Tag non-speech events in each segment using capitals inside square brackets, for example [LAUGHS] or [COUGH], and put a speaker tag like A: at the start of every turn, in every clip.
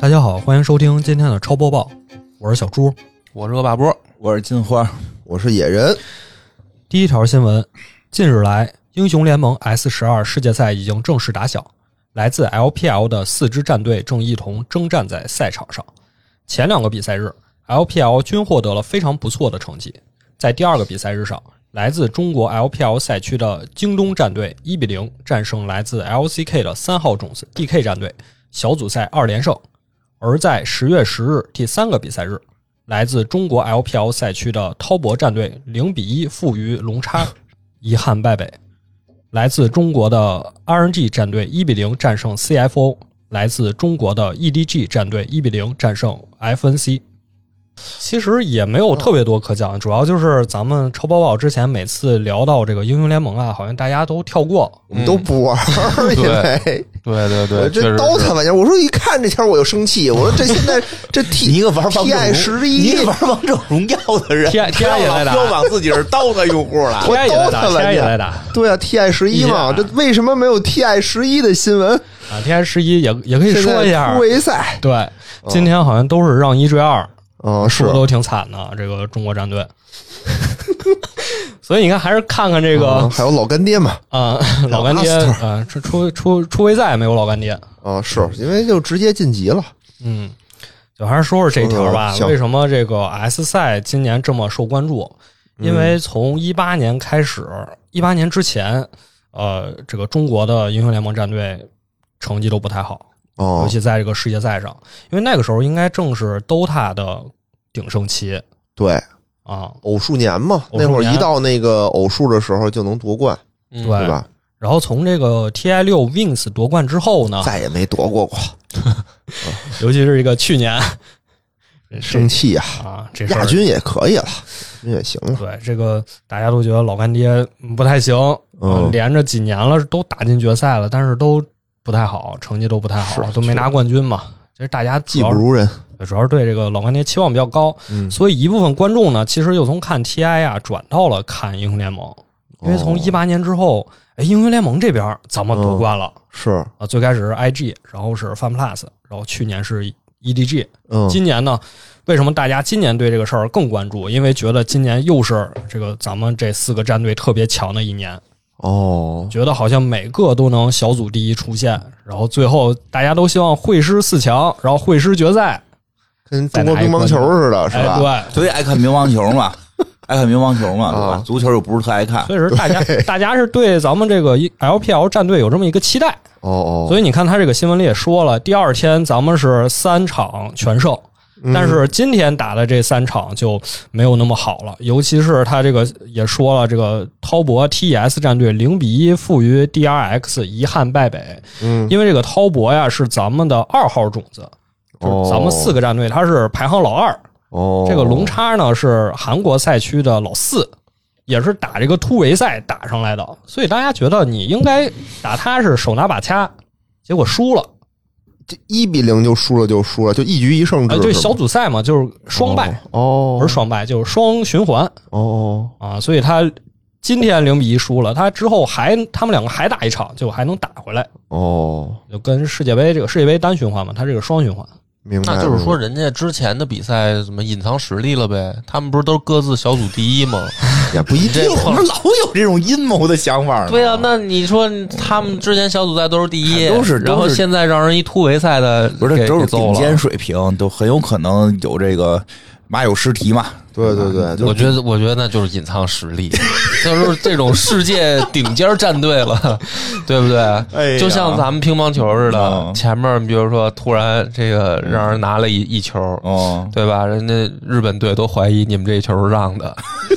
A: 大家好，欢迎收听今天的超播报，我是小朱。
B: 我是恶霸波，
C: 我是金花，
D: 我是野人，
A: 第一条新闻：近日来，英雄联盟 S 十二世界赛已经正式打响，来自 LPL 的四支战队正一同征战在赛场上。前两个比赛日，LPL 均获得了非常不错的成绩。在第二个比赛日上，来自中国 LPL 赛区的京东战队一比零战胜来自 LCK 的三号种子 DK 战队，小组赛二连胜。而在十月十日第三个比赛日，来自中国 LPL 赛区的滔博战队零比一负于龙叉，遗憾败北。来自中国的 RNG 战队一比零战胜 CFO，来自中国的 EDG 战队一比零战胜 FNC。其实也没有特别多可讲，主要就是咱们超播报之前每次聊到这个英雄联盟啊，好像大家都跳过，
D: 我们都不玩儿，因为
B: 对对
D: 我
B: 对，确
D: 这
B: 实
D: 刀
B: 是
D: 他玩家，我说一看这条我就生气，我说这现在
A: [LAUGHS]
D: 这 T
C: 你一个玩王者
D: T I
C: 荣
D: 十
C: 你一
D: 一
C: 个玩王者荣耀的
A: [LAUGHS] [LAUGHS]
C: 人，
A: 天天
C: 不
A: 也
C: 要
A: 在
C: 老
A: 打
C: 标榜自己是刀的用户了。
A: 天也在打，
D: 我都看了
A: 天也哎在打。
D: 对啊 T I 十一嘛，
A: 一下
D: 这为什么没有 T I 十一的新闻？
A: 啊，T 十一也也可以
D: 现
A: 说一
D: 在
A: 下
D: 突。围赛，
A: 对，今天好像都是让一追二，
D: 嗯，是
A: 输得都挺惨的。这个中国战队， [LAUGHS] 所以你看，还是看看这
D: 嗯
A: 个
D: 还有老干爹嘛，
A: 啊，老干爹啊，出出出出围赛没有老干爹，
D: 啊，是因为就直接晋级了，
A: 嗯，就还是说说这条吧
D: 嗯。行
A: 为什么这个 S 赛今年这么受关注？因
D: 嗯
A: 为从一八年开始，一八年之前，呃，这个中国的英雄联盟战队成绩都不太好，尤
D: 哦，
A: 其在这个世界赛上，因为那个时候应该正是 DOTA 的鼎盛期
D: 对，
A: 啊。
D: 偶数年嘛，
A: 偶数年
D: 那会儿一到那个偶数的时候就能夺冠，
B: 嗯
A: 对
D: 对吧？
A: 然后从这个 TI 六 Wings 夺冠之后呢，
D: 再也没夺过过，
A: 尤其是这个去
D: [LAUGHS]
A: 年，
D: 生气呀！
A: 啊，这事儿
D: 亚军也可以了，亚军也行了，
A: 对这个大家都觉得老干爹不太行，
D: 嗯
A: 啊连着几年了都打进决赛了，但是都不太好，成绩都不太好，
D: 是
A: 都没拿冠军嘛。其实大家主
D: 技
A: 要
D: 不如人，
A: 主要是对这个老干爹期望比较高，
D: 嗯
A: 所以一部分观众呢，其实又从看 TI 啊转到了看英雄联盟，因为从
D: 哦
A: 一八年之后，哎，英雄联盟这边咱们夺冠了、
D: 是，
A: 啊，最开始是 IG，然后是 FunPlus，然后去年是 EDG，
D: 嗯，
A: 今年呢，为什么大家今年对这个事儿更关注？因为觉得今年又是这个咱们这四个战队特别强的一年，
D: 哦，
A: 觉得好像每个都能小组第一出现，然后最后大家都希望会师四强，然后会师决赛，
D: 跟中国乒乓球似的，是吧？
A: 哎，对。
C: 所以爱看乒乓球 [LAUGHS] 嘛，爱看乒乓球嘛，对吧
D: 啊？
C: 足球又不是特爱看，
A: 所以说，大家大家是对咱们这个一 LPL 战队有这么一个期待，
D: 哦哦，
A: 所以你看他这个新闻里也说了，第二天咱们是三场全胜，
D: 嗯
A: 但是今天打的这三场就没有那么好了，尤其是他这个也说了，这个滔博 TES 战队零比一负于 DRX，遗憾败北。
D: 嗯，
A: 因为这个滔博呀是咱们的二号种子，就是咱们四个战队，他是排行老二。
D: 哦，
A: 这个龙叉呢是韩国赛区的老四，也是打这个突围赛打上来的，所以大家觉得你应该打他是手拿把掐，结果输了。
D: 这一比零就输了，就输了，就一局一胜制
A: 哎，
D: 是吗，
A: 对，小组赛嘛，就是双败，
D: 哦，
A: 不是双败，就是双循环
D: 哦哦，
A: 啊。所以他今天零比一输了，他之后还他们两个还打一场，就还能打回来，
D: 哦，
A: 就跟世界杯这个世界杯单循环嘛，他这个双循环。
D: 明
C: 嗯
D: 白，
B: 那就是说，
D: 明白，
B: 人家之前的比赛怎么隐藏实力了呗？他们不是都各自小组第一
C: [LAUGHS]
B: 吗？
D: 也
B: [LAUGHS]
D: 不一定
B: 这，
C: 我们老有这种阴谋的想法呢。
B: 对啊，那你说他们之前小组赛都是第一，
C: 都是
B: 然后
C: 都是
B: 现在让人一突围赛的
C: 不是
B: 给
C: 都
B: 给
C: 是
B: 揍
C: 顶尖
B: 了。
C: 水平，都很有可能有这个马有失蹄嘛。
D: 对对对，就
B: 我觉得，我觉得那就是隐藏实
C: [LAUGHS]
B: 力，就是这种世界顶尖战队了，对不对？
C: 哎呀
B: 就像咱们乒乓球似的，
C: 嗯
B: 前面比如说突然这个让人拿了一一球，
A: 嗯
C: 哦，
B: 对吧？人家日本队都怀疑你们这一球是让的， [LAUGHS]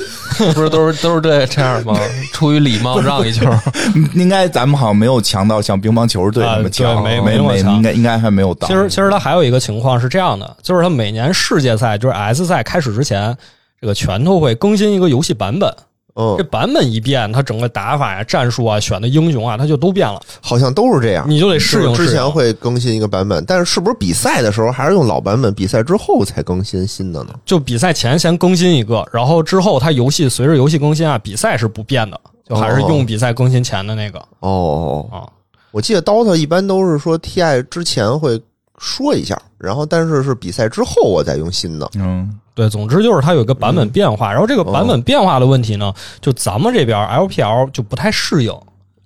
B: 不是都是都是这这样吗？ [LAUGHS] 出于礼貌让一球，
C: [LAUGHS] 应该咱们好像没有强到像乒乓球队那么强，
A: 啊对没
C: 没
A: 没那么强
C: 应该应该还没有到。
A: 其实，其实他还有一个情况是这样的，就是他每年世界赛，就是 S 赛开始之前，这个拳头会更新一个游戏版本。这
D: 嗯，
A: 版本一变，它整个打法呀、战术啊、选的英雄啊，它就都变了，
D: 好像都是这样。
A: 你就得适应
D: 就
A: 适
D: 是
A: 应。
D: 之前会更新一个版本，但是是不是比赛的时候还是用老版本？比赛之后才更新新的呢？
A: 就比赛前先更新一个，然后之后它游戏随着游戏更新啊，比赛是不变的，就还是用比赛更新前的那个
D: 哦哦哦，
A: 啊。
D: 我记得 DOTA 一般都是说 TI 之前会说一下，然后但是是比赛之后我再用新的。
C: 嗯，
A: 对，总之就是它有一个版本变化，然后这个版本变化的问题呢，就咱们这边 LPL 就不太适应。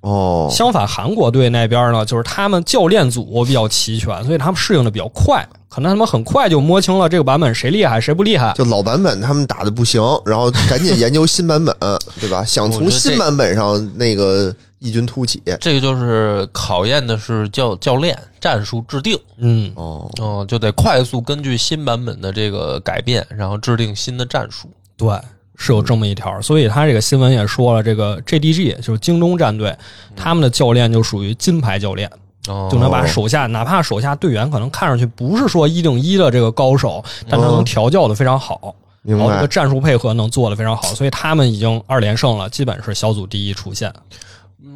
D: 哦，
A: 相反，韩国队那边呢，就是他们教练组比较齐全，所以他们适应的比较快，可能他们很快就摸清了这个版本谁厉害谁不厉害。
D: 就老版本他们打的不行，然后赶紧研究新版本， [LAUGHS] 对吧？想
B: 我觉
D: 从
B: 得这
D: 新版本上那个异军突起。
B: 这个就是考验的是教教练战术制定，
A: 嗯，
D: 哦，
B: 嗯、就得快速根据新版本的这个改变，然后制定新的战术。
A: 对，是有这么一条。所以他这个新闻也说了，这个 JDG 就是京东战队，他们的教练就属于金牌教练，
B: 哦，
A: 就能把手下，哪怕手下队员可能看上去不是说一定一的这个高手，但他能调教的非常好。
D: 明
A: 然后这
D: 白
A: 个。战术配合能做得非常好，所以他们已经二连胜了，基本是小组第一出线。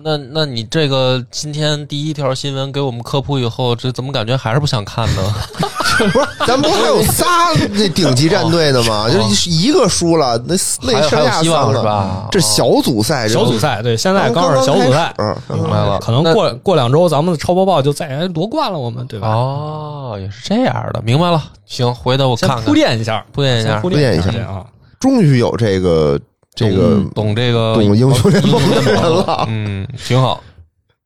B: 那那你这个今天第一条新闻给我们科普以后，这怎么感觉还是不想看
A: [LAUGHS]
B: 呢？
D: 不是，咱不是还有仨那顶级战队呢吗？
B: 哦
D: 就是一个输了，那那
B: 还有
D: 剩
B: 还有
D: 下
B: 希
D: 三
B: 望是
D: 个，
B: 吧？
D: 这小组赛，
A: 小组赛对，现在
D: 哎刚
A: 刚是小组赛，
D: 嗯，
B: 哦明白了，
A: 可能
B: 那
A: 过过两周咱们的超播报就再哎夺冠了，我们对吧？
B: 哦，也是这样的，明白了。行，回头我
A: 先
B: 看看
A: 铺垫一下，
B: 铺垫一
A: 先
B: 下
A: 铺，
D: 垫一下
A: 这个啊。
D: 终于有这个这个
B: 懂懂这个
D: 懂英雄联盟的人了。
B: 嗯，挺好。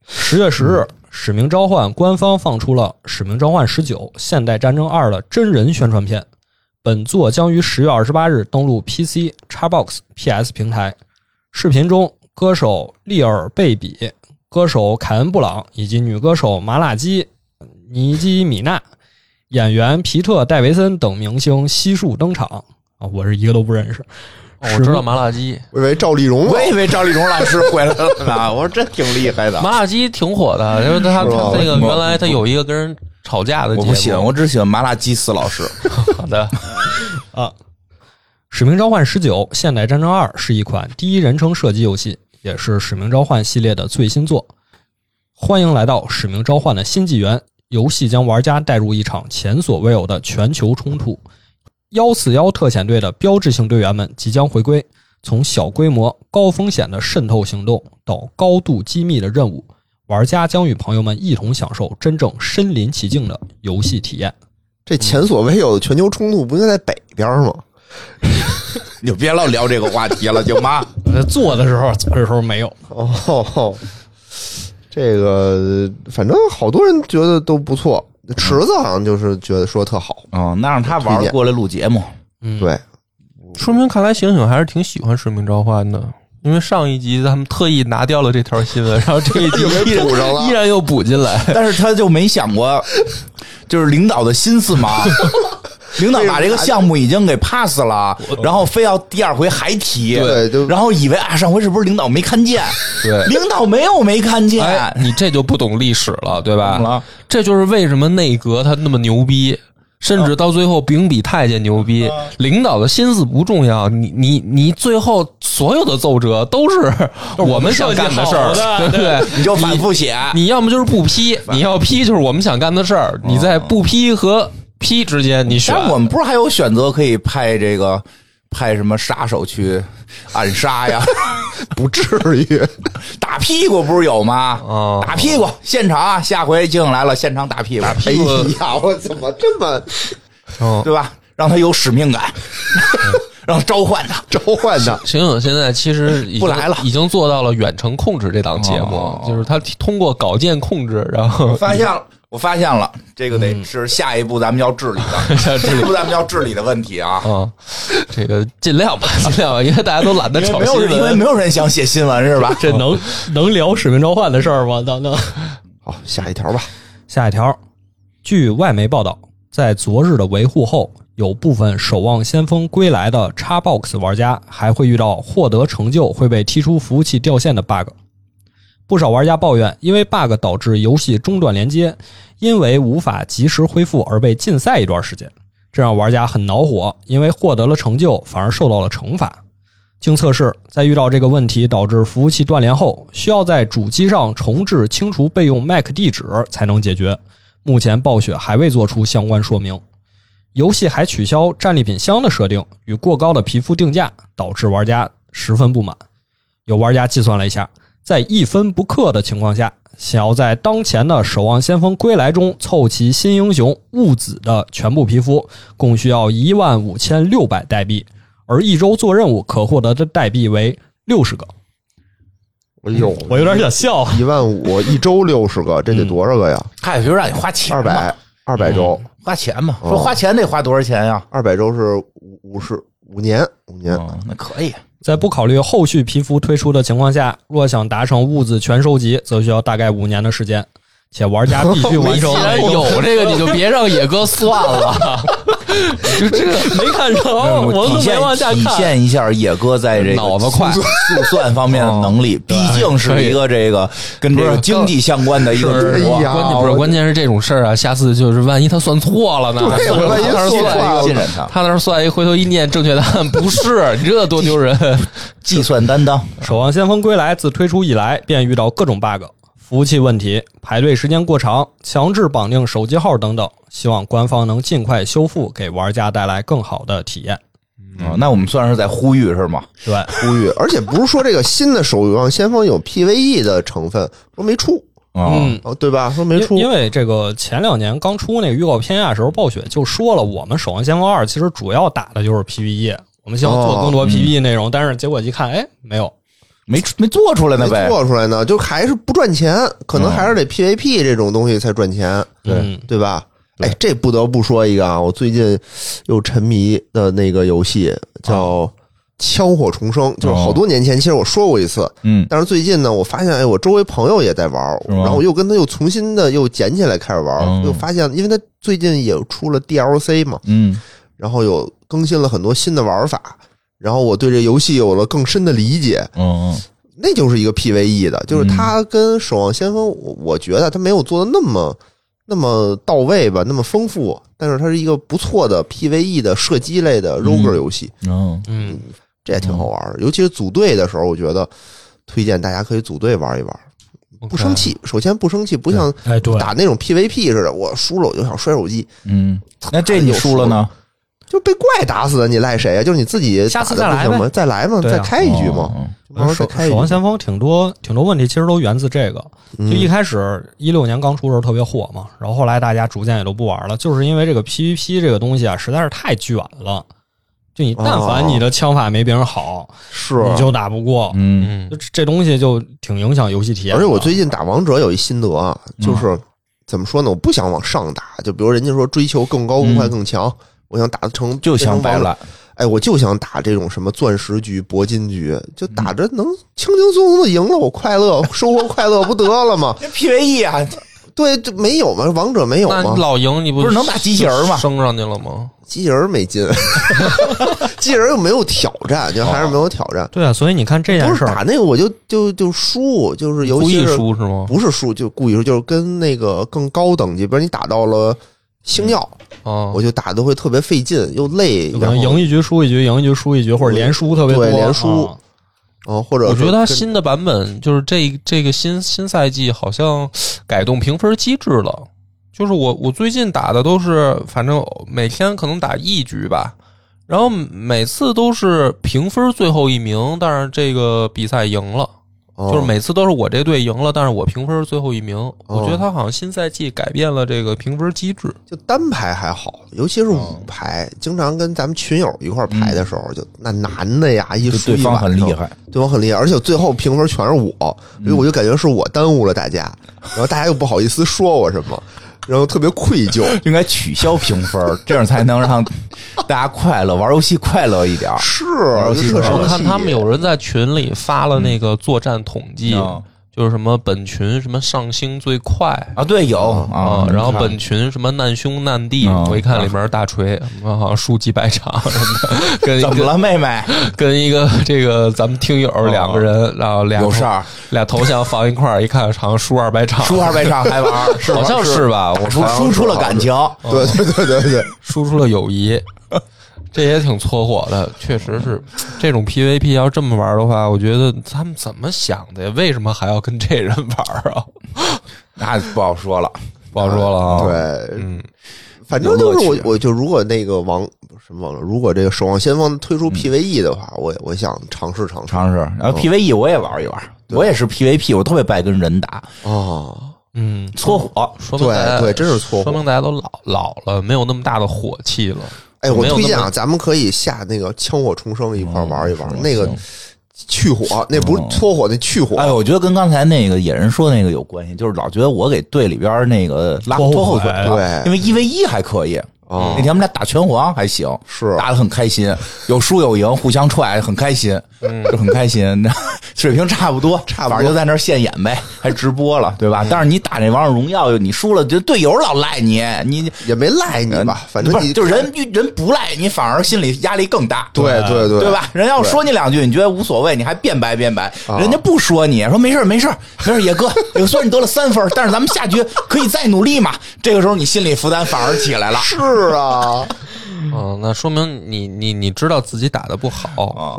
A: 十月十日，使命召唤》官方放出了《使命召唤十九：现代战争二》的真人宣传片。本作将于十月二十八日登陆 PC、Xbox、PS 平台。视频中，歌手利尔贝比、歌手凯恩·布朗以及女歌手麻辣鸡尼基米娜、演员皮特·戴维森等明星悉数登场。啊，我是一个都不认识。
B: 哦
A: 使
B: 我知
A: 命
B: 道麻辣鸡，
D: 我以为赵丽蓉了，
C: 我以为赵丽蓉老师回来了呢，我说真挺厉害的。
B: 麻辣鸡挺火的，因为他
D: 是吧
B: 他那个
C: 我
B: 原来他有一个跟人吵架的节
C: 我
B: 目，
C: 不喜欢，我只喜欢麻辣鸡丝老师。
B: 好的，
A: 啊，《使命召唤十九：现代战争二》是一款第一人称射击游戏，也是《使命召唤》系列的最新作。欢迎来到《使命召唤》的新纪元，游戏将玩家带入一场前所未有的全球冲突。幺四幺特遣队的标志性队员们即将回归，从小规模、高风险的渗透行动到高度机密的任务，玩家将与朋友们一同享受真正身临其境的游戏体验。
D: 这前所未有的全球冲突不就在北边吗？ [LAUGHS]
C: 你就别老聊这个话题了，行吗？
A: 呃，做的时候，做的时候没有。
D: 哦，这个反正好多人觉得都不错，池子好像就是觉得说特好，
C: [LAUGHS] 哦，那让他玩儿过来录节 [LAUGHS] 目。
A: 嗯，
D: 对，
B: 说明看来醒醒还是挺喜欢《使命召唤》的。因为上一集他们特意拿掉了这条 [LAUGHS] 新闻，然后这一集
D: 又给
B: 依然
D: 补上了
B: 依然 [LAUGHS] 又补进来。
C: 但是他就没想过，就是领导的心思 [LAUGHS] 嘛。领导把这个项目已经给 pass 了， [LAUGHS] 然后非要第二回还提，
D: 对就
C: 然后以为啊上回是不是领导没看见？
B: 对
C: 领导没有没看见，啊
B: 哎，你这就不懂历史了，对吧？
C: 懂了
B: 这就是为什么内阁他那么牛逼，甚至到最后秉笔太监牛逼。领导的心思不重要，你你你最后所有的奏折都是我们想干事
A: 设
B: 儿，
A: 计好
B: 对
A: 的
B: 不对？
C: 你就反复写，
B: [LAUGHS] 你要么就是不批，你要批就是我们想干的事儿。你在不批和批之间，你选。
C: 但我们不是还有选择可以派这个派什么杀手去暗杀呀？
D: 不至于。
C: 打屁股不是有吗？
B: 哦
C: 打屁股，现场啊，下回静来了，现场打屁股，
D: 哎呀， [LAUGHS] 我怎么这么
B: 嗯
C: 对吧？让他有使命感， [LAUGHS] 让他召唤 [LAUGHS] 他。
D: [LAUGHS] 召唤呢？
B: 秦勇现在其实已经
C: 不来了
B: 已经做到了远程控制这档节目，
C: 哦
B: 就是他通过稿件控制，然
C: 我
B: 后 [LAUGHS]
C: 发现了，我发现了，这个得是下一步咱们要治理的，嗯 [LAUGHS] 下一步咱们要治理的问题啊。
B: 啊，这个尽量吧，尽量吧，因为大家都懒得
C: 因为 [LAUGHS]
B: 炒
C: 没有
B: 新
C: 人，因为
B: 闻
C: 没。有人想写新闻是吧？
A: 这能能聊《使命召唤》的事儿吗？等等，
D: 好，下一条吧。
A: 下一条，据外媒报道，在昨日的维护后，有部分守望先锋归来的 Xbox 玩家还会遇到获得成就会被踢出服务器掉线的 bug。不少玩家抱怨，因为 bug 导致游戏中断连接，因为无法及时恢复而被禁赛一段时间，这让玩家很恼火，因为获得了成就反而受到了惩罚。经测试，在遇到这个问题导致服务器断连后，需要在主机上重置清除备用 MAC 地址才能解决。目前暴雪还未做出相关说明。游戏还取消战利品箱的设定与过高的皮肤定价，导致玩家十分不满。有玩家计算了一下，在一分不氪的情况下，想要在当前的《守望先锋归来》中凑齐新英雄戊子的全部皮肤，共需要一万五千六百代币，而一周做任务可获得的代币为六十个。
D: 哎呦，
A: 我有嗯点想笑，
D: 一万五一周六十个，这得多少个呀？
C: 嗨，就让你花钱，
D: 二百，二百周，
C: [LAUGHS]
A: 嗯
C: 花钱嘛。
D: 哦
C: 说花钱得花多少钱呀？
D: 二百周是五五十五年，五
A: 哦
D: 年。
C: 嗯，那可以。
A: 在不考虑后续皮肤推出的情况下，若想达成物资全收集，则需要大概五年的时间，且玩家必须完成
B: 既。然有这个，你就别让野哥算了， [LAUGHS] 就这个
A: 没看着，哦我
C: 体
A: 都没
C: 现
A: 往下
C: 体
A: 看。
C: 现一下野哥在这个
B: 脑子
C: [LAUGHS]
B: 快
C: 速速算方面的能力，毕竟是一个这个跟这
B: 不
C: 个
B: 是
C: 经济相关的一个
D: 哎
C: 主播。
D: 呀，
B: 关键不是关键是这种事儿啊，下次就是万一他算错了呢？
D: 对我万一
B: 他那儿
D: 错
B: 算
D: 了
C: 信任他，
B: 他那儿算一回头一念正确答案不是，你这多丢人！
C: 计算担当。
D: 嗯
A: 《守望先锋归来》自推出以来，便遇到各种 bug、服务器问题、排队时间过长、强制绑定手机号等等，希望官方能尽快修复，给玩家带来更好的体验。
C: 嗯，那我们算是在呼吁是吗？
A: 对，
D: 呼吁，而且不是说这个新的《守望先锋》有 PVE 的成分，说没出
C: 嗯，
A: 嗯。
D: 哦，对吧？说没
A: 因
D: 出，
A: 因为这个前两年刚出那个预告片啊时候，暴雪就说了，我们《守望先锋二》其实主要打的就是 PVE，我们希望做更多 PVE 内
D: 嗯
A: 容，但是结果一看，哎，没有，
C: 没没做出来呢
D: 没
C: 呗。嗯
D: 做出来呢，就还是不赚钱，可能还是得 PVP 这种东西才赚钱，
A: 嗯，
D: 对吧？哎，这不得不说一个啊，我最近又沉迷的那个游戏叫《
C: 哦
D: 枪火重生》，就是好多年前，其实我说过一次，
C: 嗯，
D: 但是最近呢，我发现哎，我周围朋友也在玩儿，
C: 是吗
D: 然后我又跟他又重新的又捡起来开始玩儿，
C: 嗯
D: 又发现，因为他最近也出了 DLC 嘛，
C: 嗯，
D: 然后有更新了很多新的玩法，然后我对这游戏有了更深的理解。
C: 嗯嗯
D: 那就是一个 PVE 的，
A: 嗯
D: 就是它跟《守望先锋》，我我觉得它没有做的那么那么到位吧，那么丰富，但是它是一个不错的 PVE 的射击类的 Roger 游戏，
C: 嗯，
A: 嗯，
D: 这也挺好玩的。尤其是组队的时候，我觉得推荐大家可以组队玩一玩，不生气。首先不生气，不像
A: 哎，对，
D: 打那种 PVP 似的，我输了我就想摔手机，
C: 嗯，那这你输了呢？
D: 就被怪打死的，你赖谁呀、啊就是你自己
A: 下次
D: 打得
A: 再来
D: 不行
A: 呗
D: 吗？再来嘛，
A: 对啊
D: 再开一局嘛，
C: 嗯
D: 慢慢再
A: 守
D: 开一
A: 守
D: 局
A: 望。先锋挺多挺多问题，其实都源自这个。就
D: 嗯
A: 一开始一六年刚出的时候特别火嘛，然后后来大家逐渐也都不玩了，就是因为这个 PVP 这个东西啊，实在是太卷了。就你但凡你的枪法没别人好，
D: 哦是，啊
A: 你就打不过。
C: 嗯
B: 嗯
A: 就这这东西就挺影响游戏体验的。
D: 而且我最近打王者有一心得啊，就是怎么说呢？我不想往上打，就比如人家说追求更高、更快、更强，我想打成
C: 就想摆。
D: 变成王
C: 烂
D: 者。哎，我就想打这种什么钻石局、铂金局，就打着能轻轻松松的赢了，我快乐， [LAUGHS] 收获快乐不得了吗？
C: 这
A: E
C: PVE 啊，
D: 对，这没有吗？王者没有
B: 那
D: 吗？
B: 老赢你不
C: 不是能打机器人吗
B: 升上去了吗？
D: 机器人没劲，机器人又没有挑战，就还是没有挑战。
A: 对啊，所以你看这件
D: 不
A: 事
D: 是
A: 儿，
D: 打那个我就就就输，就是尤
B: 故
D: 其
B: 意
D: 是
B: 输是吗？
D: 不是输就故意输，就是跟那个更高等级，比如你打到了星耀，
B: 啊，
D: 我就打的会特别费劲又累，
A: 就可
D: 然
A: 能
D: 后
A: 赢一局输一局，赢一局输一局，或者连输特别多。
D: 对连输
A: 啊
D: 啊，或者
B: 我觉得
D: 跟
B: 它新的版本就是这这个新新赛季好像改动评分机制了。就是我我最近打的都是，反正每天可能打一局吧，然后每次都是评分最后一名，但是这个比赛赢了，
D: 哦
B: 就是每次都是我这队赢了，但是我评分是最后一名。我觉得它好像新赛季改变了这个评分机制。
D: 就单排还好，尤其是
B: 嗯
D: 五排，经常跟咱们群友一块儿排的时候，就那男的呀，一
C: 就
D: 输
C: 对
D: 一
C: 方
D: 晚
C: 很厉
D: 上，
C: 害，
D: 对方很厉害，而且最后评分全是我，所以我就感觉是我耽误了大家，然后大家又不好意思说我什么，然后特别愧
B: [LAUGHS]
D: 疚。
C: 应该取消评分，这样才能让大家快乐，玩游戏快乐一点。
D: 是，
C: 游戏
D: 就特
C: 是吧
D: 生
B: 啊我
D: 气
B: 看他们有人在群里发了那个作战统计，
C: 嗯
B: 就是什么本群什么上星最快，
C: 啊，对，有啊
B: 啊，，然后
C: 你看
B: 本群什么难兄难弟，
C: 啊
B: 我一看里面大锤，我好像输几百场什么的，跟一
C: 嗯怎么
B: 个
C: 了，妹妹？
B: 跟一个这个咱们听友两个人，然后俩
C: 有事儿，
B: 俩头像放一块儿，一看好像输二百场，
C: 输二百场还玩，是吧
B: 好像是吧？我
C: 输
B: 输
C: 输出了感情，
D: 对对对对对，
B: 输出了友谊，这也挺搓火的，确实是这种 PVP 要这么玩的话，我觉得他们怎么想的呀？为什么还要跟这人玩啊？
C: 那不好说了。
B: 不好说了啊，，
D: 对，
B: 嗯，
D: 反正就是
C: 有
D: 我
C: 乐趣，
D: 我就如果那个王什么王者，如果这个《E 守望先锋》推出 PVE 的话，我我想尝试尝试。
B: 嗯
C: 尝试，然后 PVE E 我也玩一玩，我也是 PVP，我特别不爱跟人打，
D: 哦，
B: 嗯，
C: 搓火。
B: 说明
D: 对
B: 大家
D: 对真是错
B: 说明大家都老老了，没有那么大的火气了。
D: 哎，我
B: 没有
D: 推荐
B: 那
D: 啊，
B: 么
D: 咱们可以下那个《枪火重生》一块儿玩一玩，
C: 嗯
D: 那个
C: 行
D: 去火，那不是搓火，那去火。
C: 哎，我觉得跟刚才那个野人说那个有关系，就是老觉得我给队里边那个拉
B: 拖后
C: 拖后
B: 腿
D: 对
C: 腿了，因为一 v 一还可以。
D: 哦
C: 那天我们俩打拳皇还行，
D: 是
C: 打的很开心，有输有赢，互相踹，很开心，就很开心。 [LAUGHS] 水平差不多，差
D: 嗯不多嗯
C: 就在那儿现演呗， [LAUGHS] 还直播了，对吧？但是你打那王者荣耀，你输了，就队友老赖你，你
D: 也没赖你吧，反正
C: 不是
D: 你
C: 就人人不赖你，反而心理压力更大。
D: 对对对
C: 对啊吧？人要说你两句，你觉得无所谓，你还辩白辩白，人家不说你，说没事儿没事儿没事儿，野 [LAUGHS] 哥，也虽然你得了三分儿，但是咱们下局可以再努力嘛。这个时候你心理负担反而起来了。
D: 是啊，
B: 嗯，那说明你你你知道自己打的不好，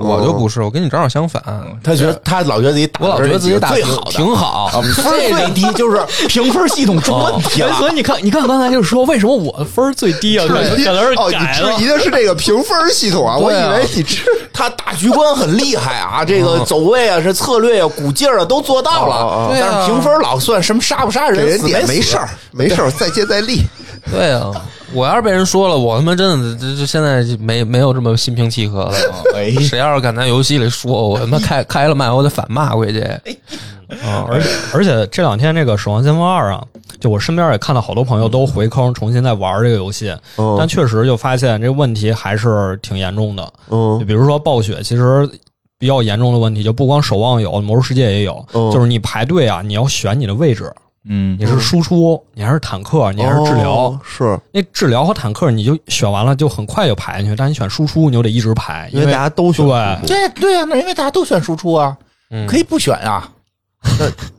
B: 我就不是，我跟你正好相反，
C: 他觉得他老觉得自己打，
B: 我老觉得自己打
C: 最
B: 得
C: 好的，啊
B: 挺好。
C: 分儿最低就是评分系统出问题了。
E: 所以你看，你看刚才就是说，为什么我分儿最低啊？可能
D: 质疑
E: 可能是
D: 哦，你
E: 改了
D: 质疑的是这个评分系统啊？我以为你质
C: 他打局观很厉害啊，这个走位啊、是策略啊、鼓劲儿啊都做到了，
B: 对啊
C: 但是评分老算什么杀不杀
D: 给
C: 人，
D: 人
C: 死
D: 点
C: 死
D: 没事儿，没事儿，再接再厉。
B: 对啊，我要是被人说了，我他妈真的这这现在就没没有这么心平气和了。
C: 哎，
B: 谁要是敢在游戏里说我，他妈开开了麦，我得反骂回去。
A: 啊
D: 啊
A: 而且而且这两天这个《守望先锋二》啊，就我身边也看到好多朋友都回坑重新在玩这个游戏，
D: 嗯
A: 但确实就发现这问题还是挺严重的。就
D: 嗯
A: 比如说暴雪，其实比较严重的问题就不光守望有，魔兽世界也有，
D: 嗯
A: 就是你排队啊，你要选你的位置，
C: 嗯，
A: 你是输出，你还是坦克，你还是治疗。
D: 哦是
A: 那治疗和坦克你就选完了，就很快就排进去，但你选输出你就得一直排，因
D: 因为大家都选
A: 对，
C: 对对啊，那因为大家都选输出啊，
B: 嗯
C: 可以不选啊。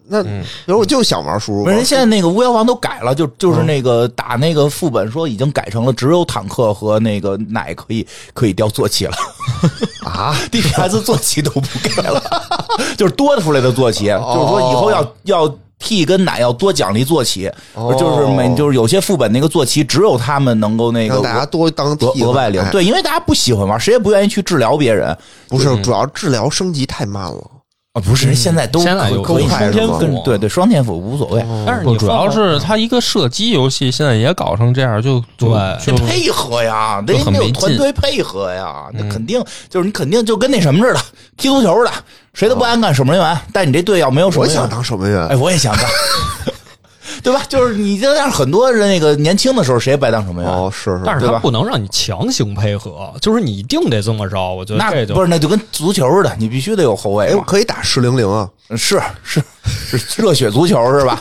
D: 那，
C: 嗯
D: 比如我就想玩输入
C: 不
D: 法
C: 是，人现在那个巫妖王都改了，就就是那个打那个副本说已经改成了只有坦克和那个奶可以可以掉坐骑了 [LAUGHS] 啊，DPS 坐骑都不给了， [LAUGHS] 就是多出来的坐骑，
D: 哦
C: 就是说以后要要。T 跟奶要多奖励坐骑，
D: 哦
C: 就是每就是有些副本那个坐骑只有他们能够那个
D: 让大家多当
C: 额
D: 替
C: 额外领
D: 哎，
C: 对，因为大家不喜欢玩，谁也不愿意去治疗别人
D: 不是
C: 嗯
D: 主要治疗升级太慢了。
C: 啊。不是，人现在都
A: 嗯现在
C: 可
A: 有
C: 可以嗯
D: 更快
C: 双
D: 是
C: 天
D: 吗
C: 赋，对对，双天赋无所谓。
D: 哦
B: 但是你主要
E: 放
B: 是它一个射击游戏，现在也搞成这样，就就
A: 对
B: 就
C: 配合呀，得
B: 就很
C: 得
B: 没
C: 有
B: 劲嗯
C: 团队配合呀，那肯定就是你肯定就跟那什么似的，踢足球似的，谁
B: 哦
C: 都不爱干守门员，但你这队要没有守
D: 我
C: 门员
D: 想，当守门员
C: 哎，，我也想当，
D: [LAUGHS]
C: 对吧？就是你就像很多人那个年轻的时候，谁也不爱当守门员
D: 哦，，是是，
A: 但是
C: 对
A: 它
C: 吧
A: 不能让你强行配合，就是你一定得这么着。我觉得
C: 那
A: 这就
C: 不是那就跟足球似的，你必须得有后卫
D: 哎，我
C: 嘛，
D: 可以打十零零啊。
C: 是是是热血足球是
B: [LAUGHS]
C: 吧？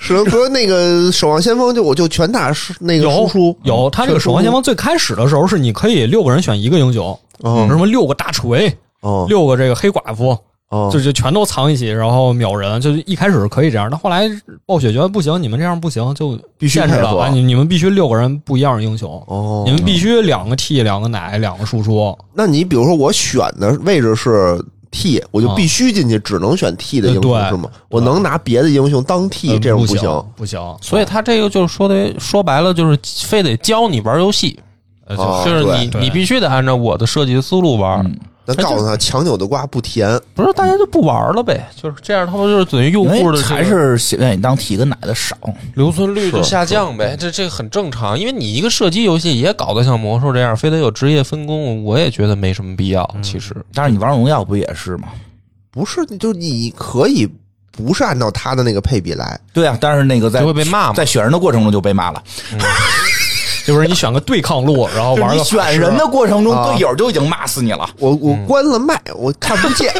D: 史能哥那个《守望先锋》就我就全打是那个
A: 有
D: 输嗯出，
A: 有，他这个守望先锋最开始的时候是你可以六个人选一个英雄，
D: 嗯
A: 什么六个大锤，
D: 哦
A: 六个这个黑寡妇，
D: 哦
A: 就就全都藏一起，然后秒人。就是一开始是可以这样，但后来暴雪觉得不行，你们这样不行，就
D: 必须
A: 限制
D: 配
A: 了，
D: 合
A: 啊你你们必须六个人不一样的英雄，
D: 哦
A: 你们必须两个 T，两个奶，两个输出。
D: 那你比如说我选的位置是 T，我就必须进去，只能选 T 的英雄
A: 啊嗯对
D: 是吗？我能拿别的英雄当 T，
A: 嗯
D: ，E，这种
A: 不
D: 行。
A: 不行，
B: 所以他这个就是说的，说白了就是非得教你玩游戏，
A: 呃
D: 哦
B: 就是你
A: 对
B: 你必须得按照我的设计思路玩，
D: 咱告诉他，强扭的瓜不甜。
B: 不是大家就不玩了呗？就是这样，他们就是等于用
C: 因
B: 户
C: 为
B: 的这个
C: 还是愿意当体跟奶的少，
B: 留存率就下降呗，这这很正常，因为你一个射击游戏也搞得像魔兽这样，非得有职业分工，我也觉得没什么必
C: 嗯
B: 要。其实，
C: 但是你王者荣耀不也是吗？
D: 不是，就你可以不是按照他的那个配比来，
C: 对啊，但是那个在
B: 就会被骂嘛
C: 在选人的过程中就被骂了。
A: 就是你选个对抗路，然后
C: 就是
A: 玩
C: 你
A: 个
C: 选人的过程中，
D: 啊
C: 队友就已经骂死你了。
D: 我我关了麦，我看不
C: [LAUGHS]
D: 见。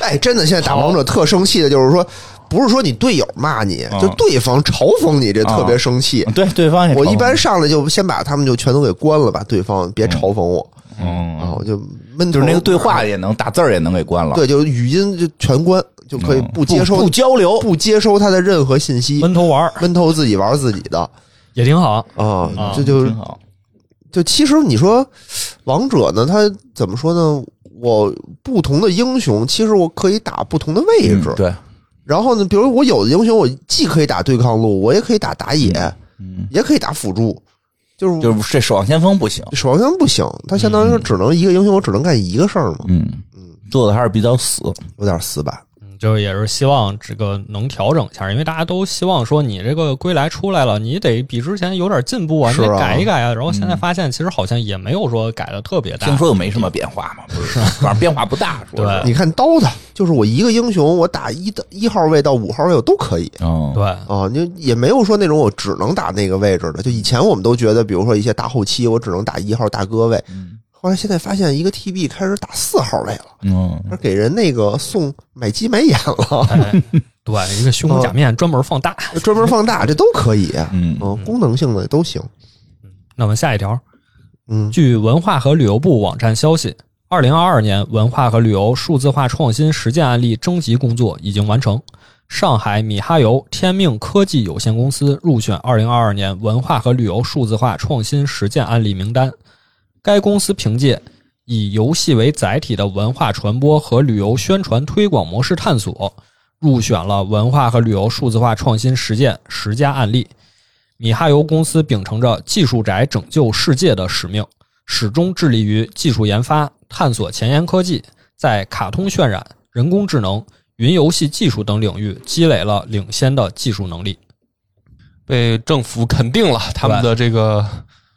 D: 哎，真的，现在打王者特生气的就是说，不是说你队友骂你，
C: 啊
D: 就对方嘲讽你，这特别生气。
C: 对，对方也
D: 我一般上来就先把他们就全都给关了吧，对方别嘲讽我，然
C: 嗯，
D: 后就闷头
C: 就是那个对话也能打字儿也能给关了，
D: 对，就是语音就全关，就可以
C: 嗯，
D: 不接收、
C: 不交流，
D: 不接收他的任何信息，
A: 闷头玩儿
D: 闷头自己玩自己的
A: 也挺好。
D: 啊
A: 啊，
D: 这就
C: 挺好。
D: 就其实你说王者呢，他怎么说呢？我不同的英雄，其实我可以打不同的位置。
C: 嗯对，
D: 然后呢，比如我有的英雄，我既可以打对抗路，我也可以打打野，
C: 嗯，
D: 也可以打辅助，就是
C: 就是嗯这守望先锋不行，
D: 守望先锋不行，他
C: 嗯
D: 相当于只能一个英雄，我只能干一个事儿嘛，
C: 嗯，做的还是比较死。
D: 有点死板。
A: 就也是希望这个能调整一下，因为大家都希望说你这个归来出来了，你得比之前有点进步啊，你
D: 是
A: 得
D: 啊
A: 改一改啊。然后现在发现其实好像也没有说改的特别大，
C: 听说又没什么变化嘛，不是，反正变化不大，说
A: 对
C: 是
D: 你看刀的，就是我一个英雄，我打一的一号位到五号位我都可以
C: 嗯，
A: 对
D: 啊，就也没有说那种我只能打那个位置的。就以前我们都觉得，比如说一些大后期我只能打一号大哥位，
C: 嗯
D: 后来现在发现一个 TB 开始打四号位了，
C: 嗯，
D: 而给人那个送买鸡买眼了，
A: 哎，对一个虚空假面专门放大。
D: 专门放大，这都可以。
C: 嗯
D: 嗯，功能性的都行。
A: 那我们下一条，
D: 嗯，
A: 据文化和旅游部网站消息，二零二二年文化和旅游数字化创新实践案例征集工作已经完成。上海米哈游天命科技有限公司入选二零二二年文化和旅游数字化创新实践案例名单。该公司凭借以游戏为载体的文化传播和旅游宣传推广模式探索，入选了文化和旅游数字化创新实践十佳案例。米哈游公司秉承着技术宅拯救世界的使命，始终致力于技术研发，探索前沿科技，在卡通渲染、人工智能、云游戏技术等领域积累了领先的技术能力。
B: 被政府肯定了他们的这个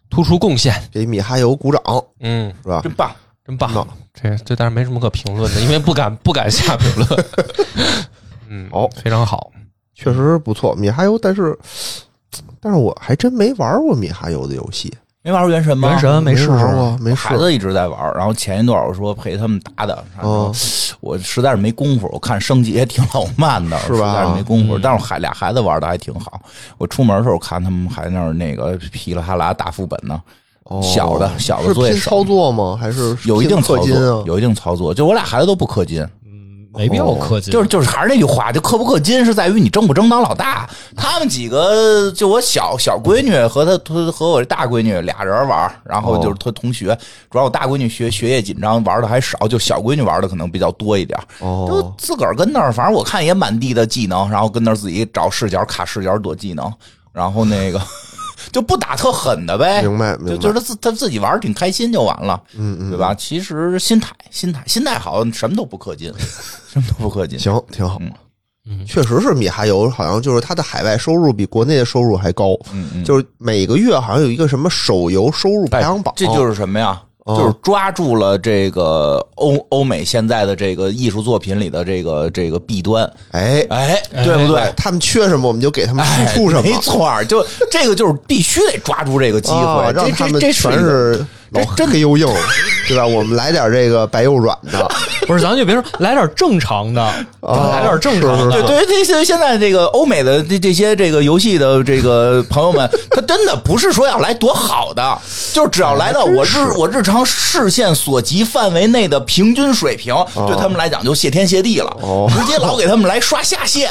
B: 突出贡献。
D: 给米哈游鼓掌
B: 嗯，
D: 是吧？
C: 真棒，
B: 真棒
D: 嗯！
B: 这这当然没什么可评论的，因为不敢 [LAUGHS] 不敢下评
C: [LAUGHS]
B: 论。嗯，
D: 好
B: 非常好。
D: 确实不错。米哈游，但是但是我还真没玩过米哈游的游戏，啊
C: 没玩过原神吗？
A: 原神没
D: 没
A: 试
D: 玩
A: 过，
D: 过，没试
C: 孩
D: 过。
C: 子一直在玩，然后前一段我说陪他们打打，然后
D: 嗯，
C: 我实在是没功夫，我看升级也挺老慢的，
D: 是吧
C: 实在是没功夫。
B: 嗯
C: 但是我孩俩孩子玩的还挺好。我出门的时候看他们还那儿那个噼里啪啦打副本呢，
D: 哦
C: 小的小的
D: 是
C: 最
D: 拼
C: 少
D: 操作吗？还是
C: 有一定
D: 拼
C: 操
D: 氪
C: 作
D: 金啊，？
C: 有一定操作。就我俩孩子都不氪金，
A: 没必要氪金，
C: 就是就是还是那句话，就氪不氪金是在于你争不争当老大。他们几个就我小小闺女和她她和我这大闺女俩人玩，然
D: 哦
C: 后就是她同学，主要我大闺女学学业紧张玩的还少，就小闺女玩的可能比较多一点。就
D: 哦，
C: 自个儿跟那儿，反正我看也满地的技能，然后跟那儿自己找视角卡视角躲技能，然后那个 [LAUGHS] 就不打特狠的呗，
D: 明白
C: 哎就
D: 明
C: 就是
D: 白。
C: 他自他自己玩儿挺开心就完了，
D: 嗯嗯，
C: 对吧？其实心态心态心态好，什么都
D: [LAUGHS]
C: 不氪金，什么都不氪金。
D: 行，挺好
C: 嗯。
A: 嗯
D: 确实是米哈游，好像就是它的海外收入比国内的收入还高，
C: 嗯嗯，
D: 就是每个月好像有一个什么手游收入排行榜，
C: 哎这就是什么呀？
D: 哦
C: 就是抓住了这个欧欧美现在的这个艺术作品里的这个这个弊端，
D: 哎，
C: 哎，对不对？
D: 他们缺什么我们就给他们
C: 哎
D: 输出什么，
C: 没错儿，就这个就是必须得抓住这个机
D: 啊
C: 会，
D: 让
C: 这
D: 他
C: 这
D: 们
C: 这
D: 全
C: 一个
D: 是老黑又硬，对吧？我们来点这个白又软的，
A: 不是咱就别说来点正常的，来点正常
D: 啊是
C: 对，
A: 的，
C: 对于这些现在这个欧美的这这些这个游戏的这个朋友们，他真的不是说要来多好的，就只要来
D: 哎
C: 到我日我日常视线所及范围内的平均水平，对他们来讲就谢天谢地了
D: 哦，
C: 直接老给他们来刷下线，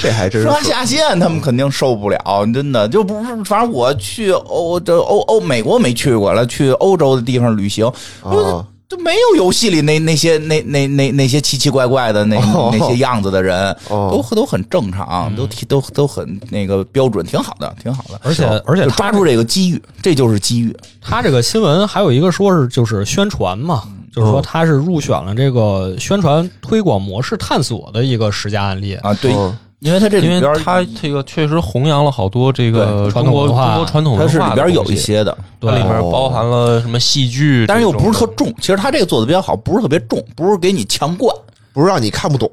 D: 这还真是
C: 刷下线他们肯定受不了，真的就不是，反正我去欧这欧欧美国没去过了，去欧洲的地方旅行，
D: 啊。
C: 就没有游戏里那那些那那那那些奇奇怪怪的那、
D: 哦
C: 那些样子的人，
D: 哦
C: 都都很正
B: 嗯
C: 常，都挺都都很那个标准，挺好的，挺好的。
A: 而且而且
C: 就
A: 他
C: 抓住这个机遇，这就是机遇。
A: 他这个新闻还有一个说是就是宣传嘛，
B: 嗯
A: 就是说他是入选了这个宣传推广模式探索的一个十佳案例。
C: 啊！对，
D: 嗯
C: 因为它这里
B: 因为
C: 边儿
B: 它这个确实弘扬了好多这个
A: 对
B: 中
A: 传统
B: 国
A: 文化
B: 中国传统文
C: 它
B: 化
C: 是里
B: 的东西，
C: 边儿有一些的，
B: 它里面
D: 哦
B: 包含了什么戏剧，
C: 但是又不是特
B: 这种
C: 重。其啊实它这个做的比较好，不是特别重，不是给你强灌。
D: 不是让你看不懂，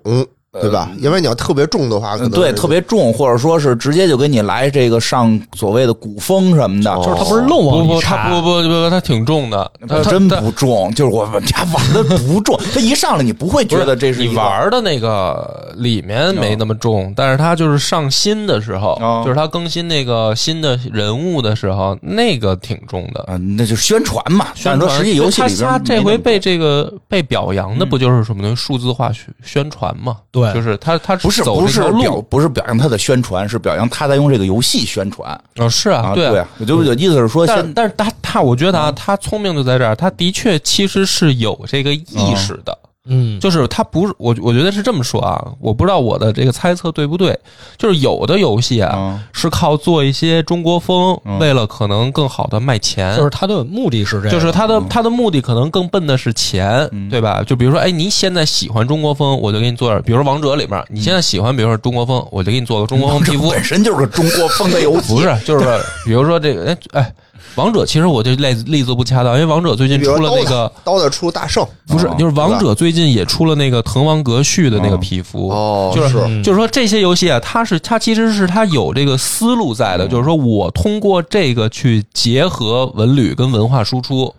D: 对吧？要不然你要特别重的话，可能
C: 呃对，
D: 是
C: 特别重，或者说是直接就给你来这个上所谓的古风什么的，
D: 哦
A: 就
C: 就
A: 是是他不是愣
B: 不
A: 往
B: 不，
A: 里
B: 它
A: 插，
B: 不不不不，它挺重的，它
C: 它
B: 它
C: 真
B: 它
C: 不重，就是我们家玩的不重。 [LAUGHS] 它一上来你不会觉得这是一
B: 你
C: 个啊
B: 玩儿的那个里面没那么重，但是它就是上新的时候，
C: 哦
B: 就是它更新那个新的人物的时候，那个挺重的。
C: 嗯，那就是宣传嘛。
B: 宣
C: 但
B: 传
C: 是说实际游戏里边
B: 他他这回
C: 没那么嗯
B: 被这个被表扬的不就是什么东西数字化宣宣传嘛？
A: 对
B: 就是他他
C: 不是
B: 走
C: 不
B: 这
C: 是
B: 条
C: 表
B: 路
C: 不是表扬他的宣传，是表扬他在用这个游戏宣传
B: 哦，是啊，
C: 对
B: 啊
C: 啊，我就我意思是说，
B: 但
C: 先
B: 但是他他，我觉得啊，他聪明就在这儿，他的确其实是有这个意识的，
A: 嗯，
B: 就是它不是我，我觉得是这么说啊，我不知道我的这个猜测对不对。就是有的游戏啊，
C: 嗯
B: 是靠做一些中国风，
C: 嗯
B: 为了可能更好的卖钱，
A: 就是他的目的是这样，
B: 就是他的他的目的可能更奔的是钱，
C: 嗯
B: 对吧？就比如说，哎，你现在喜欢中国风，我就给你做点，比如说王者里面，你现在喜欢，比如说中国风，我就给你做个中国风皮肤，
C: 本身就是个中国风的游戏， [LAUGHS]
B: 不是，就是比如说这个，哎哎，王者其实我就类例子不恰当，因为王者最近
D: 比如哦
B: 出了
D: 刀
B: 那个。
D: 刀的出大圣
B: 不是
C: 哦，
B: 就是王者最近也出了那个滕王阁序的那个皮肤，
D: 哦，
B: 就是
A: 嗯
B: 就是说这些游戏啊，它是它其实是它有这个思路在
D: 嗯
B: 的，就是说我通过这个去结合文旅跟文化输出。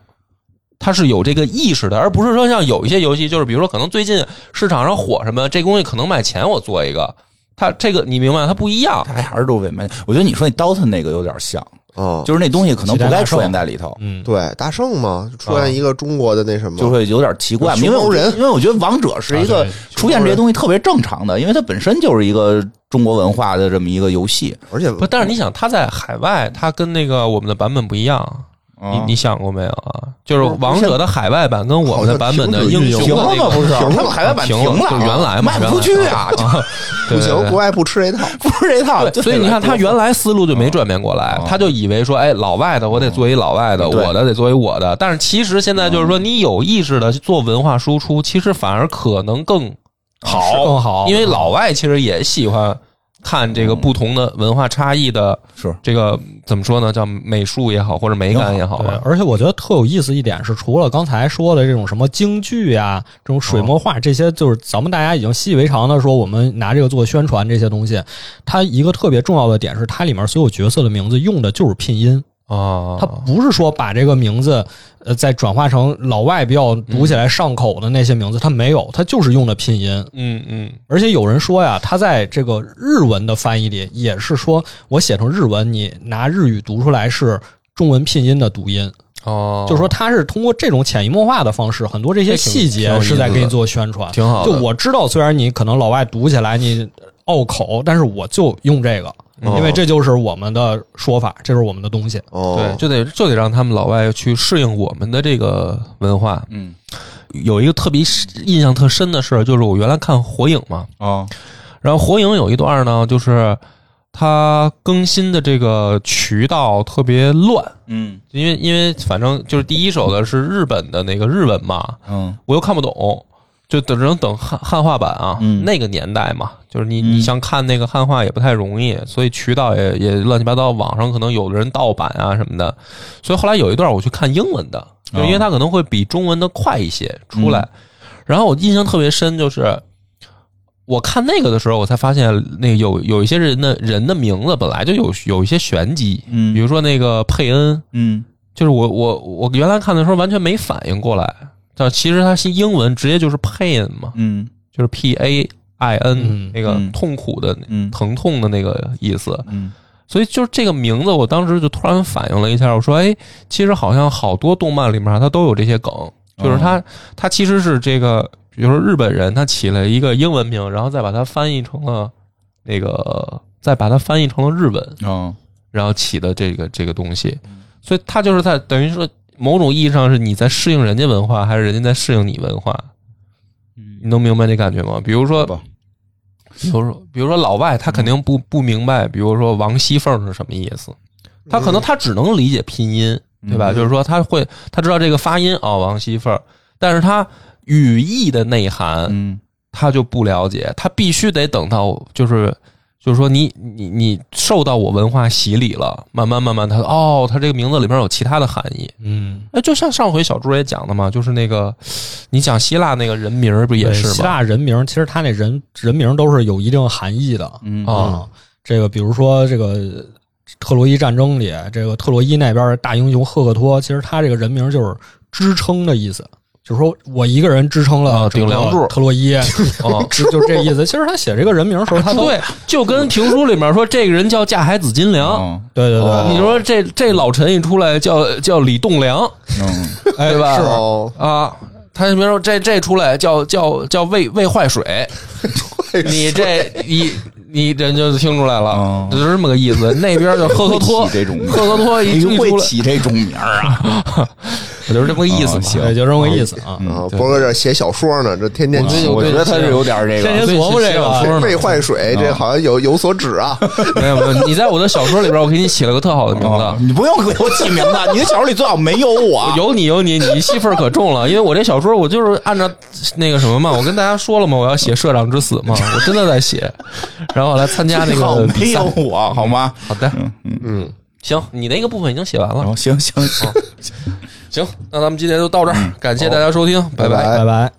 B: 它是有这个意识的，而不是说像有一些游戏，就是比如说可能最近市场上火什么，这东西可能卖钱，我做一个，它这个你明白吗，它不一样。
C: 还还是都被卖。我觉得你说那 DOTA 那个有点像，
D: 哦，
C: 就是那东西可能不该出现在里头，
A: 嗯，
D: 对大圣嘛，出现一个中国的那什么，
C: 就会有点奇怪。
D: 熊
C: 因为我
D: 猫人
C: 因为我觉得王者是一
A: 啊
C: 个
A: 对
C: 出现这些东西特别正常的，因为它本身就是一个中国文化的这么一个游戏。
D: 而且
B: 不，但是你想，它在海外，它跟那个我们的版本不一样，
C: 啊嗯
B: 你你想过没有啊？就是
D: 不是
B: 王者的海外版跟我们的版本的英雄
C: 停
B: 的
C: 了
B: 那
C: 吗？
B: 个 [LAUGHS]
C: 不是，
D: 停了
C: 他们海外版
B: 停
C: 了，啊
B: 了就原来嘛
C: 卖不出去啊，
B: [LAUGHS]
D: 不行，国外不吃这套，
C: 不是这套。
B: 对，所以你看，他原来思路就没转变过来
C: 哦，
B: 他就以为说，哎，老外的我得做一老外的，
C: 对
B: 我的得做一我的。但是其实现在就是说，你有意识的做文化输出，其实反而可能更
A: 是
B: 好，
A: 更好，
B: 因为老外其实也喜欢看这个不同的文化差异的
C: 是
B: 这个怎么说呢？叫美术也好，或者美感也好啊
A: 对
B: 吧。，
A: 而且我觉得特有意思一点是，除了刚才说的这种什么京剧啊、这种水墨画这些，就是咱们大家已经习以为常的说，我们拿这个做宣传这些东西，它一个特别重要的点是，它里面所有角色的名字用的就是拼音，
B: 啊，
A: 它不是说把这个名字呃再转化成老外比较读起来上口的那些名字，它没有，它就是用的拼音。
B: 嗯嗯，
A: 而且有人说呀，他在这个日文的翻译里也是说，我写成日文，你拿日语读出来是中文拼音的读音。
B: 哦，
A: 就是说，他是通过这种潜移默化的方式，很多这些细节是在给你做宣传。
B: 挺好
A: 就
B: 的，
A: 我知道，虽然你可能老外读起来你拗口，但是我就用这个，
D: 哦
A: 因为这就是我们的说法，这就是我们的东西。
D: 哦
B: 对，，就得就得让他们老外去适应我们的这个文化。
C: 嗯
B: 有一个特别印象特深的事儿，就是我原来看《火影》嘛，
C: 啊
B: 然后《火影》有一段呢，就是它更新的这个渠道特别乱，
C: 嗯
B: 因为因为反正就是第一手的是日本的那个日文嘛，
C: 嗯
B: 我又看不懂，就等只能等汉汉化版啊。
C: 嗯
B: 那个年代嘛，就是你
C: 嗯
B: 你想看那个汉化也不太容易，所以渠道也也乱七八糟，网上可能有的人盗版啊什么的，所以后来有一段我去看英文的，就因为它可能会比中文的快一些出
C: 哦
B: 来。然后我印象特别深，就是我看那个的时候，我才发现那个有有一些人的人的名字本来就有有一些玄机，
C: 嗯
B: 比如说那个佩恩，
C: 嗯
B: 就是我我我原来看的时候完全没反应过来，但其实它是英文直接就是 pain 嘛，
C: 嗯
B: 就是 p a i n、
A: 嗯
B: 那个
C: 嗯
B: 痛苦的、
C: 嗯
B: 疼痛的那个意思。
C: 嗯
B: 所以就是这个名字，我当时就突然反应了一下，我说：“哎，其实好像好多动漫里面它都有这些梗，就是它它其实是这个，比如说日本人他起了一个英文名，然后再把它翻译成了那个，再把它翻译成了日文，
C: 啊
B: 然后起的这个这个东西，
C: 嗯
B: 所以它就是在等于说某种意义上是你在适应人家文化，还是人家在适应你文化？你能明白这感觉吗？比如说，
C: 嗯吧嗯
B: 比如说，比如说老外他肯定不不明白，比如说王熙凤是什么意思，
C: 嗯
B: 他可能他只能理解拼音，对吧？就是说他会他知道这个发音哦，王熙凤，但是他语义的内涵，
C: 嗯
B: 他就不了解，他必须得等到就是就是说你你你受到我文化洗礼了，慢慢慢慢他哦，他这个名字里面有其他的含义。
A: 嗯，
B: 哎，就像上回小猪也讲的嘛，就是那个你讲希腊那个人名儿不也
A: 对
B: 是
A: 希
B: 吗？
A: 腊人名，其实他那人人名都是有一定含义的。
C: 嗯
B: 啊
A: 啊，这个比如说这个特洛伊战争里，这个特洛伊那边的大英雄赫克托，其实他这个人名就是支撑的意思，就是说我一个人支撑了
B: 啊顶梁柱
A: 整个特洛
B: [LAUGHS]
A: 伊，
B: 啊
A: 就就这意思。其实他写这个人名的时候，他都
B: 对，就跟评书里面说这个人叫架海紫金梁，
C: 嗯
A: 对对对，
D: 哦
B: 你说这这老陈一出来叫叫李栋梁，
C: 嗯
A: 哎
B: 对吧？
D: 是哦，
B: 啊，他比如说这这出来叫叫叫胃胃坏水， [LAUGHS] 你这你你人就听出来了
C: 哦，
B: 就是这么个意思。那边就喝
C: 会
B: 喝托，
C: 起这种
B: 喝喝托一
C: 你
B: 一出
C: 会
B: 来，
C: 起这种名儿啊？
B: 我就是这么个意思嘛。
A: 对，就这么个意思啊。
B: 哦
D: 啊，博哥这写小说呢，这天天
B: 我觉得
C: 我觉得他是有点这
B: 天
C: 个
B: 天琢磨这个啊
D: 肺坏水，这好像有有所指啊。
B: 没有没有，你在我的小说里边，我给你起了个特好的名
C: 啊
B: 字。
C: 你不用给我起名字，你的小说里最好没有我。
B: 有你有你，你戏份可重了，因为我这小说我就是按照那个什么嘛，我跟大家说了嘛，我要写社长之死嘛，我真的在写，然后我来参加那
C: 最好
B: 个比
C: 没
B: 赛
C: 有。我，好吗？
B: 好的，嗯，行，你那个部分已经写完了
C: 然，后行行行。嗯
B: 行，那咱们今天就到这儿，感谢大家收听，拜拜。
A: 拜拜。